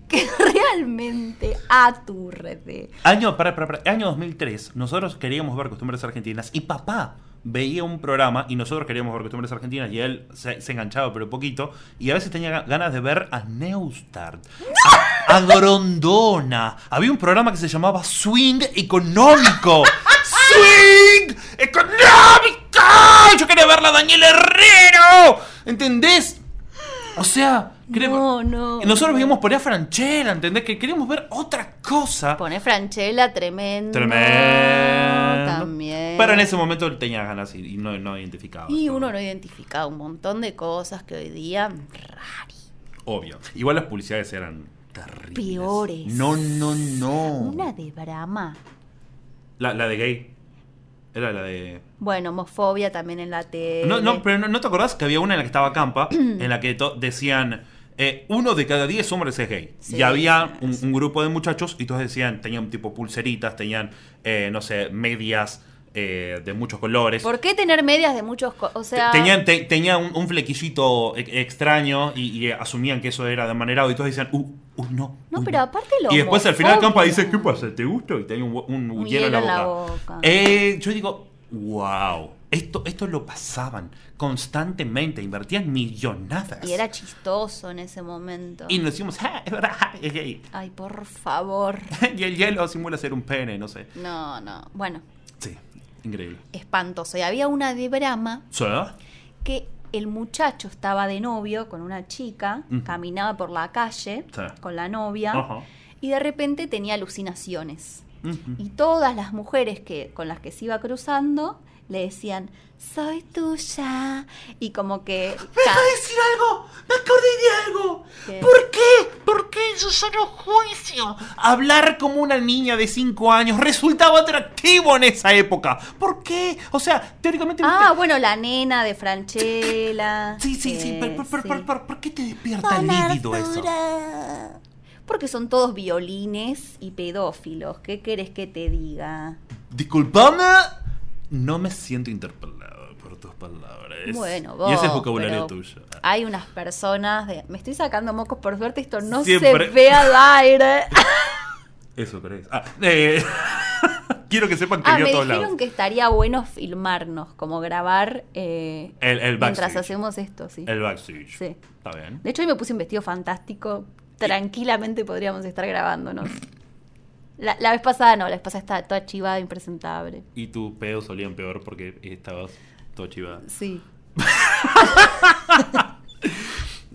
Speaker 1: que realmente aturde.
Speaker 2: Año, para, para, para, año 2003, nosotros queríamos ver costumbres argentinas y papá veía un programa y nosotros queríamos ver costumbres argentinas y él se, se enganchaba pero poquito y a veces tenía ga- ganas de ver a Neustart, a, a Grondona. Había un programa que se llamaba Swing Económico. ¡Swing Económico! Yo quería verla a Daniel Herrero. ¿Entendés? O sea,
Speaker 1: No, no.
Speaker 2: nosotros veíamos por ahí a Franchella, ¿entendés? Que queríamos ver otra cosa.
Speaker 1: Pone Franchella tremendo.
Speaker 2: Tremendo.
Speaker 1: También.
Speaker 2: Pero en ese momento él tenía ganas y, y no, no identificaba.
Speaker 1: Y
Speaker 2: ¿no?
Speaker 1: uno no identifica un montón de cosas que hoy día rari.
Speaker 2: Obvio. Igual las publicidades eran terribles.
Speaker 1: Peores.
Speaker 2: No, no, no.
Speaker 1: Una de Brahma.
Speaker 2: La, la de gay. Era la de.
Speaker 1: Bueno, homofobia también en la tele.
Speaker 2: No, no, pero no, ¿no te acordás que había una en la que estaba Campa, en la que to- decían. eh, uno de cada diez hombres es gay.
Speaker 1: Sí,
Speaker 2: y había un,
Speaker 1: sí.
Speaker 2: un grupo de muchachos y todos decían, tenían tipo pulseritas, tenían, eh, no sé, medias eh, de muchos colores.
Speaker 1: ¿Por qué tener medias de muchos... co- O sea...
Speaker 2: Tenían, te- tenía un, un flequillito e- extraño y, y asumían que eso era de manera y todos decían, uh, uh, no.
Speaker 1: No,
Speaker 2: uh,
Speaker 1: pero aparte lo
Speaker 2: Y después al final Campa
Speaker 1: homofobia.
Speaker 2: dice, ¿qué pasa? ¿Te gusta? Y tenía un, hue- un
Speaker 1: Un
Speaker 2: hielo en la boca.
Speaker 1: boca.
Speaker 2: Eh, yo digo, wow, esto, esto lo pasaban constantemente, invertían millonadas.
Speaker 1: Y era chistoso en ese momento.
Speaker 2: Y nos decimos, ah, es verdad, es gay.
Speaker 1: Ay, por favor.
Speaker 2: Y el hielo simula ser un pene, no sé.
Speaker 1: No, no. Bueno,
Speaker 2: Sí, increíble.
Speaker 1: espantoso. Y había una de Brahma
Speaker 2: ¿Sí?
Speaker 1: que el muchacho estaba de novio con una chica,
Speaker 2: Ujú.
Speaker 1: caminaba por la calle
Speaker 2: Sí.
Speaker 1: con la novia
Speaker 2: Ajá.
Speaker 1: y de repente tenía alucinaciones.
Speaker 2: Ujú.
Speaker 1: Y todas las mujeres que, con las que se iba cruzando le decían, soy tuya. Y como que...
Speaker 2: ¡Me
Speaker 1: ca-
Speaker 2: va a decir algo! ¡Me acordé de algo!
Speaker 1: ¿Qué?
Speaker 2: ¿Por qué? ¿Por qué yo solo juicio? Hablar como una niña de 5 años resultaba atractivo en esa época. ¿Por qué? O sea, teóricamente...
Speaker 1: Ah,
Speaker 2: viste-
Speaker 1: bueno, la nena de Franchella.
Speaker 2: Sí, sí, sí. pero- pero- pero-
Speaker 1: sí.
Speaker 2: pero- pero ¿Por qué te despierta el líbido eso?
Speaker 1: Porque son todos violines y pedófilos. ¿Qué querés que te diga?
Speaker 2: Disculpame, no me siento interpelado por tus palabras.
Speaker 1: Bueno,
Speaker 2: Y ese es
Speaker 1: vos,
Speaker 2: vocabulario
Speaker 1: pero
Speaker 2: tuyo.
Speaker 1: Hay unas personas de. Me estoy sacando mocos, por suerte esto no
Speaker 2: Siempre.
Speaker 1: se ve al aire.
Speaker 2: Eso crees. Ah, eh, quiero que sepan que
Speaker 1: Ah,
Speaker 2: vio a
Speaker 1: me
Speaker 2: todos
Speaker 1: dijeron
Speaker 2: lados.
Speaker 1: que estaría bueno filmarnos, como grabar eh,
Speaker 2: El, el
Speaker 1: mientras
Speaker 2: backstage.
Speaker 1: hacemos esto, sí.
Speaker 2: El backstage.
Speaker 1: Sí.
Speaker 2: Está bien.
Speaker 1: De hecho, hoy me puse un vestido fantástico. Tranquilamente podríamos estar grabándonos. La, la vez pasada no, la vez pasada estaba toda chivada, impresentable.
Speaker 2: Y tu pedo solían peor porque estabas todo chivada.
Speaker 1: Sí.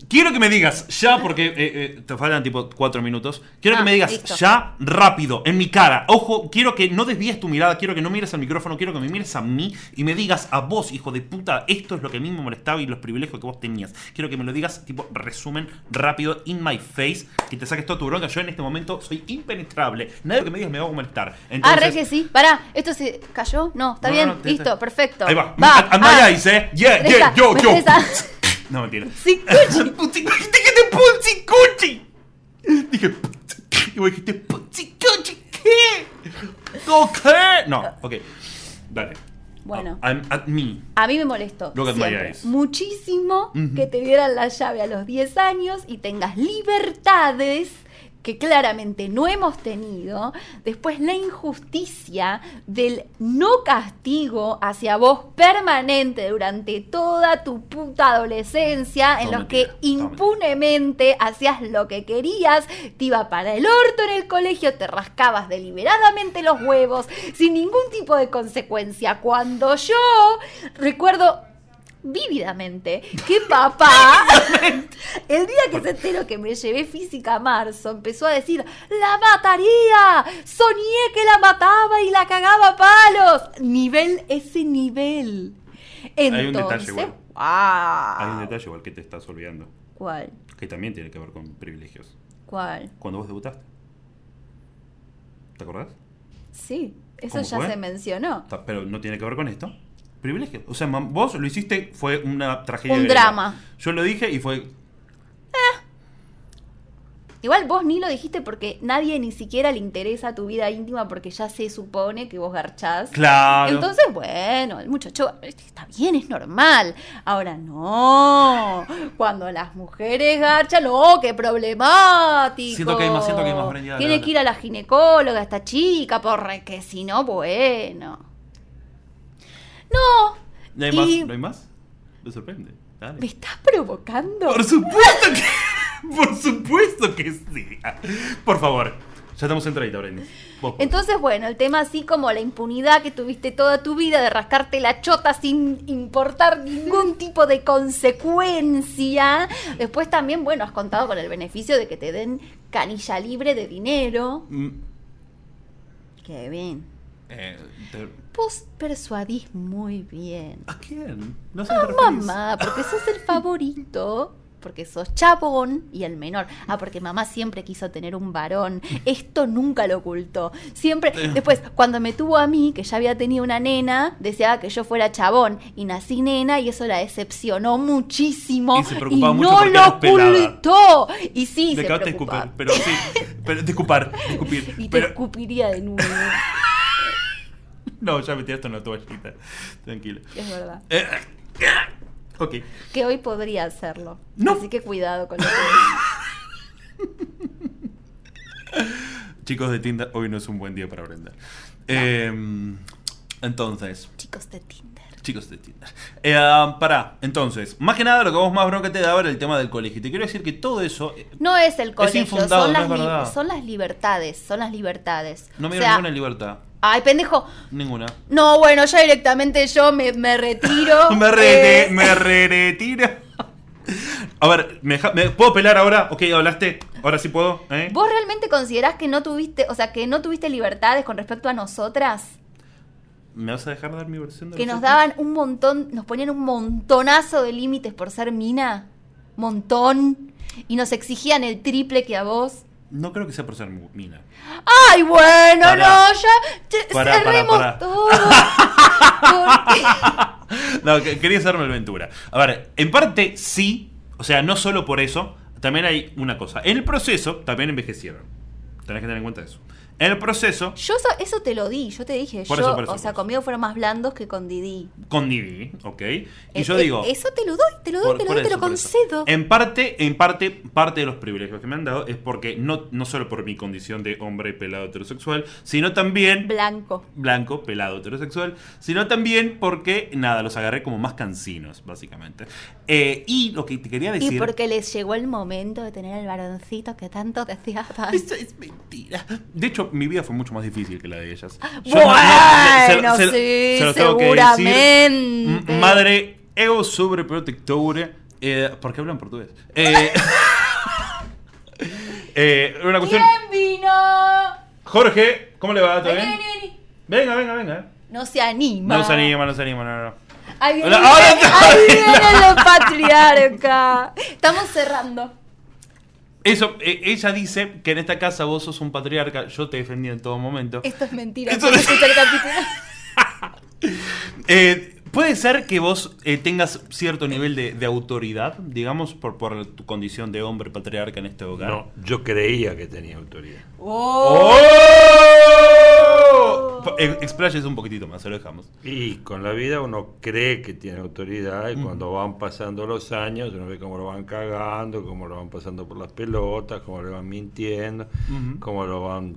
Speaker 2: Quiero que me digas ya, porque eh, eh, te faltan tipo cuatro minutos. Quiero que
Speaker 1: Ah,
Speaker 2: me digas
Speaker 1: listo.
Speaker 2: ya, rápido, en mi cara. Ojo, quiero que no desvíes tu mirada, quiero que no mires al micrófono, quiero que me mires a mí y me digas a vos, hijo de puta, esto es lo que a mí me molestaba y los privilegios que vos tenías. Quiero que me lo digas, tipo, resumen rápido, in my face, que te saques toda tu bronca. Yo en este momento soy impenetrable. Nadie que me digas me va a molestar.
Speaker 1: Ah,
Speaker 2: Entonces-
Speaker 1: re que sí. Pará, ¿esto se cayó? No, está
Speaker 2: No,
Speaker 1: bien.
Speaker 2: no, no, te-
Speaker 1: Listo,
Speaker 2: te-
Speaker 1: perfecto.
Speaker 2: Ahí va. A- Amaya
Speaker 1: ah,
Speaker 2: dice, yeah,
Speaker 1: deja,
Speaker 2: yeah, yo,
Speaker 1: me
Speaker 2: yo.
Speaker 1: interesa.
Speaker 2: No, mentira.
Speaker 1: Sí, cuchi.
Speaker 2: Putzicuchi. Dije, putzicuchi. y vos dijiste, putzicuchi, ¿qué? ¿O qué? No, ok. Dale. Ah,
Speaker 1: Bueno.
Speaker 2: I'm at me.
Speaker 1: A mí me molestó
Speaker 2: Look at my
Speaker 1: siempre
Speaker 2: eyes.
Speaker 1: muchísimo que te dieran la llave a los 10 años y tengas libertades que claramente no hemos tenido. Después la injusticia del no castigo hacia vos permanente durante toda tu puta adolescencia, en
Speaker 2: Todo
Speaker 1: los que
Speaker 2: mentira, todo
Speaker 1: impunemente hacías lo que querías, te iba para el orto en el colegio, te rascabas deliberadamente los huevos, sin ningún tipo de consecuencia. Cuando yo recuerdo vívidamente que papá, el día que se enteró que me llevé física a marzo, empezó a decir, la mataría, soñé que la mataba y la cagaba a palos. Nivel, ese nivel. Entonces,
Speaker 2: Hay un detalle, Ah. bueno.
Speaker 1: ¡guau!
Speaker 2: Hay un detalle igual que te estás olvidando,
Speaker 1: ¿Cuál?
Speaker 2: que también tiene que ver con privilegios.
Speaker 1: ¿Cuál?
Speaker 2: Cuando vos debutaste. ¿Te acordás?
Speaker 1: Sí, eso
Speaker 2: ¿Cómo
Speaker 1: ya
Speaker 2: fue?
Speaker 1: se mencionó.
Speaker 2: Ta- Pero no tiene que ver con esto. Privilegios. O sea, mam- vos lo hiciste, fue una tragedia.
Speaker 1: Un
Speaker 2: griega.
Speaker 1: drama.
Speaker 2: Yo lo dije y fue
Speaker 1: Igual vos ni lo dijiste porque nadie ni siquiera le interesa tu vida íntima porque ya se supone que vos garchás.
Speaker 2: claro.
Speaker 1: Entonces, bueno, el muchacho está bien, es normal. Ahora, no. Cuando las mujeres garchan, no, qué problemático.
Speaker 2: Siento que hay más, siento que hay más, Brenda, dale,
Speaker 1: Tiene
Speaker 2: dale.
Speaker 1: que ir a la ginecóloga esta chica, porque si no, bueno. No.
Speaker 2: ¿No hay más?
Speaker 1: y-
Speaker 2: ¿No hay más? Me sorprende. Dale.
Speaker 1: ¿Me estás provocando?
Speaker 2: Por supuesto que. Por supuesto que sí. Ah, Por favor. Ya estamos entradita, Brenda. Vos. pues.
Speaker 1: Entonces, bueno, el tema así como la impunidad que tuviste toda tu vida de rascarte la chota sin importar ningún tipo de consecuencia. Después también, bueno, has contado con el beneficio de que te den canilla libre de dinero.
Speaker 2: Mm,
Speaker 1: Qué bien.
Speaker 2: eh, te-
Speaker 1: Vos persuadís muy bien.
Speaker 2: ¿A quién? No sé.
Speaker 1: Ah,
Speaker 2: qué te referís.
Speaker 1: mamá, porque sos el favorito. Porque sos chabón y el menor. Ah, porque mamá siempre quiso tener un varón. Esto nunca lo ocultó. Siempre. Después, cuando me tuvo a mí, que ya había tenido una nena, deseaba que yo fuera chabón. Y nací nena y eso la decepcionó muchísimo.
Speaker 2: Y se preocupaba mucho
Speaker 1: no
Speaker 2: porque
Speaker 1: lo
Speaker 2: eras pelada.
Speaker 1: ocultó. Y sí,
Speaker 2: Me
Speaker 1: se
Speaker 2: acabaste de escupir,
Speaker 1: preocupaba.
Speaker 2: pero sí. Pero, de escupar, de escupir.
Speaker 1: Y te
Speaker 2: pero,
Speaker 1: escupiría de nuevo.
Speaker 2: no, ya me tiraste una toallita. Tranquilo.
Speaker 1: es verdad.
Speaker 2: Eh, ok.
Speaker 1: Que hoy podría hacerlo.
Speaker 2: No.
Speaker 1: Así que cuidado con lo que decís.
Speaker 2: Chicos de Tinder, hoy no es un buen día para Brenda. Eh, entonces.
Speaker 1: Chicos de Tinder.
Speaker 2: Chicos de Tinder. Eh, ah, pará, entonces, más que nada lo que vos más bronca te daba era el tema del colegio. Te quiero decir que todo eso. eh,
Speaker 1: No es el colegio,
Speaker 2: infundado,
Speaker 1: son,
Speaker 2: no
Speaker 1: las
Speaker 2: es
Speaker 1: li-
Speaker 2: verdad.
Speaker 1: son las libertades, son las libertades.
Speaker 2: No me
Speaker 1: O
Speaker 2: dio
Speaker 1: sea,
Speaker 2: ninguna libertad.
Speaker 1: Ay, pendejo.
Speaker 2: Ninguna.
Speaker 1: No, bueno, ya directamente yo me, me retiro.
Speaker 2: Me, re,
Speaker 1: eh,
Speaker 2: me re- retiro. A ver, ¿me, deja- me- puedo pelar ahora? Ok, hablaste. Ahora sí puedo. ¿eh?
Speaker 1: ¿Vos realmente considerás que no tuviste, o sea, que no tuviste libertades con respecto a nosotras?
Speaker 2: ¿Me vas a dejar dar mi versión de
Speaker 1: Que
Speaker 2: los
Speaker 1: nos daban
Speaker 2: Simpsons?
Speaker 1: un montón, nos ponían un montonazo de límites por ser mina. Montón. Y nos exigían el triple que a vos.
Speaker 2: No creo que sea por ser mu- mina.
Speaker 1: ¡Ay, bueno,
Speaker 2: Pará.
Speaker 1: no! Ya, ya
Speaker 2: Pará, pará,
Speaker 1: cerremos
Speaker 2: pará.
Speaker 1: todo. ¿Por qué?
Speaker 2: No, que- quería hacerme la aventura. A ver, en parte sí, o sea, no solo por eso, también hay una cosa. En el proceso también envejecieron. Tenés que tener en cuenta eso. En el proceso,
Speaker 1: Yo eso, eso te lo di, yo te dije.
Speaker 2: Por
Speaker 1: yo,
Speaker 2: eso, por eso,
Speaker 1: o sea,
Speaker 2: por eso.
Speaker 1: conmigo fueron más blandos que con Didi.
Speaker 2: con Didi, ¿ok? Y
Speaker 1: Eh,
Speaker 2: yo
Speaker 1: eh,
Speaker 2: digo...
Speaker 1: Eso te lo doy, te lo doy,
Speaker 2: Por-
Speaker 1: te lo
Speaker 2: por
Speaker 1: doy, te
Speaker 2: eso,
Speaker 1: lo
Speaker 2: por eso. Em,
Speaker 1: concedo.
Speaker 2: En parte, en parte, parte de los privilegios que me han dado es porque no, no solo por mi condición de hombre pelado heterosexual, sino también
Speaker 1: Blanco.
Speaker 2: blanco, pelado, heterosexual, sino también porque, nada, los agarré como más cansinos, básicamente. Eh, y lo que te quería decir...
Speaker 1: Y porque les llegó el momento de tener el varoncito que tanto deseaban.
Speaker 2: Eso es mentira. De hecho, mi vida fue mucho más difícil que la de ellas.
Speaker 1: Bueno,
Speaker 2: lo- lo-
Speaker 1: sí,
Speaker 2: lo tengo que
Speaker 1: seguramente.
Speaker 2: M- Madre, eu sobreprotectora. Eh, ¿Por qué hablan portugués? Eh, eh, una cuestión.
Speaker 1: ¿Quién vino?
Speaker 2: Jorge, ¿cómo le va? ¿Todo
Speaker 1: Vení,
Speaker 2: bien?
Speaker 1: vení, vení.
Speaker 2: Venga, venga, venga.
Speaker 1: No se anima.
Speaker 2: No se anima, no se anima, no, no.
Speaker 1: Ahí vienen,
Speaker 2: Hola, ahora
Speaker 1: ahí vienen los patriarcas. Estamos cerrando.
Speaker 2: Eso, eh, ella dice que en esta casa vos sos un patriarca. Yo te defendí en todo momento.
Speaker 1: Esto es mentira.
Speaker 2: Eso-
Speaker 1: esto es el capítulo.
Speaker 2: Eh, puede ser que vos eh, tengas cierto nivel de, de autoridad, digamos, por, por tu condición de hombre patriarca en este hogar.
Speaker 5: No, yo creía que tenía autoridad.
Speaker 1: Oh.
Speaker 2: ¡Oh! Eh, expláyese un poquitito más, se lo dejamos.
Speaker 5: Y con la vida uno cree que tiene autoridad y cuando van pasando los años uno ve cómo lo van cagando, cómo lo van pasando por las pelotas, cómo le van mintiendo,
Speaker 2: Ujú.
Speaker 5: cómo lo van...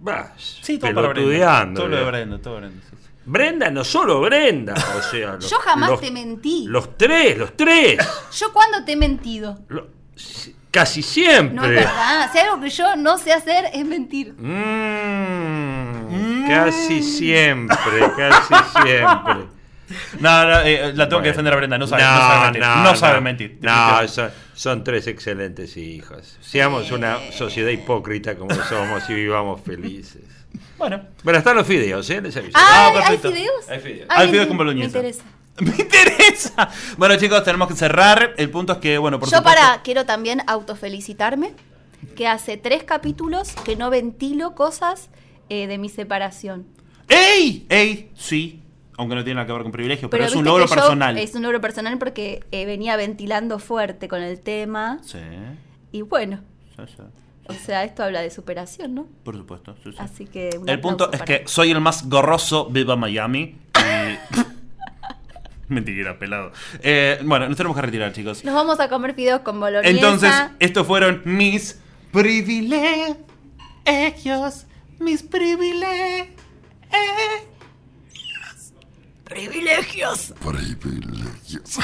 Speaker 5: Bah,
Speaker 2: Sí, todo para Brenda.
Speaker 5: pelotudeando.
Speaker 2: Todo lo de
Speaker 5: digamos.
Speaker 2: Brenda, todo Brenda. sí, sí.
Speaker 5: Brenda, no solo Brenda. O sea, los-
Speaker 1: Yo jamás
Speaker 5: los-
Speaker 1: te mentí.
Speaker 5: Los tres, los tres.
Speaker 1: Yo cuando te he mentido.
Speaker 5: Lo- si- casi siempre.
Speaker 1: No es verdad. Si hay algo que yo no sé hacer es mentir.
Speaker 5: Mm, Casi siempre, casi siempre.
Speaker 2: No, no, eh, la tengo que
Speaker 5: Bueno.
Speaker 2: defender a Brenda, no sabe, no sabe mentir. No, sabe mentir.
Speaker 5: No, son, son tres excelentes hijos. Seamos una sociedad hipócrita como somos y vivamos felices.
Speaker 2: Bueno.
Speaker 5: Bueno, están los fideos, ¿eh? Les aviso.
Speaker 1: Ah,
Speaker 2: Ah,
Speaker 1: ¿hay
Speaker 2: perfecto.
Speaker 1: fideos?
Speaker 5: Hay fideos.
Speaker 1: Ay,
Speaker 2: Hay fideos
Speaker 1: me-
Speaker 2: con boloñesa.
Speaker 1: Me interesa.
Speaker 2: Me interesa. Bueno, chicos, tenemos que cerrar. El punto es que, bueno, por
Speaker 1: Yo
Speaker 2: supuesto-
Speaker 1: para, quiero también autofelicitarme, que hace tres capítulos que no ventilo cosas eh, de mi separación.
Speaker 2: ¡Ey! ¡Ey! Sí. Aunque no tiene nada que ver con privilegio, pero, es un
Speaker 1: viste
Speaker 2: logro
Speaker 1: que yo-
Speaker 2: personal.
Speaker 1: Es un logro personal porque eh, venía ventilando fuerte con el tema.
Speaker 2: Sí.
Speaker 1: Y bueno,
Speaker 2: sí, sí.
Speaker 1: o sea, esto habla de superación, ¿no?
Speaker 2: Por supuesto. sí, sí.
Speaker 1: Así que... un
Speaker 2: El punto es
Speaker 1: aplauso
Speaker 2: que
Speaker 1: para-
Speaker 2: soy el más gorroso, viva Miami. Y... Mentira, pelado. Eh, bueno, nos tenemos que retirar, chicos.
Speaker 1: Nos vamos a comer fideos con boloñesa.
Speaker 2: Entonces, estos fueron mis privilegios. Mis privilegios.
Speaker 1: ¡Privilegios!
Speaker 3: Privilegios.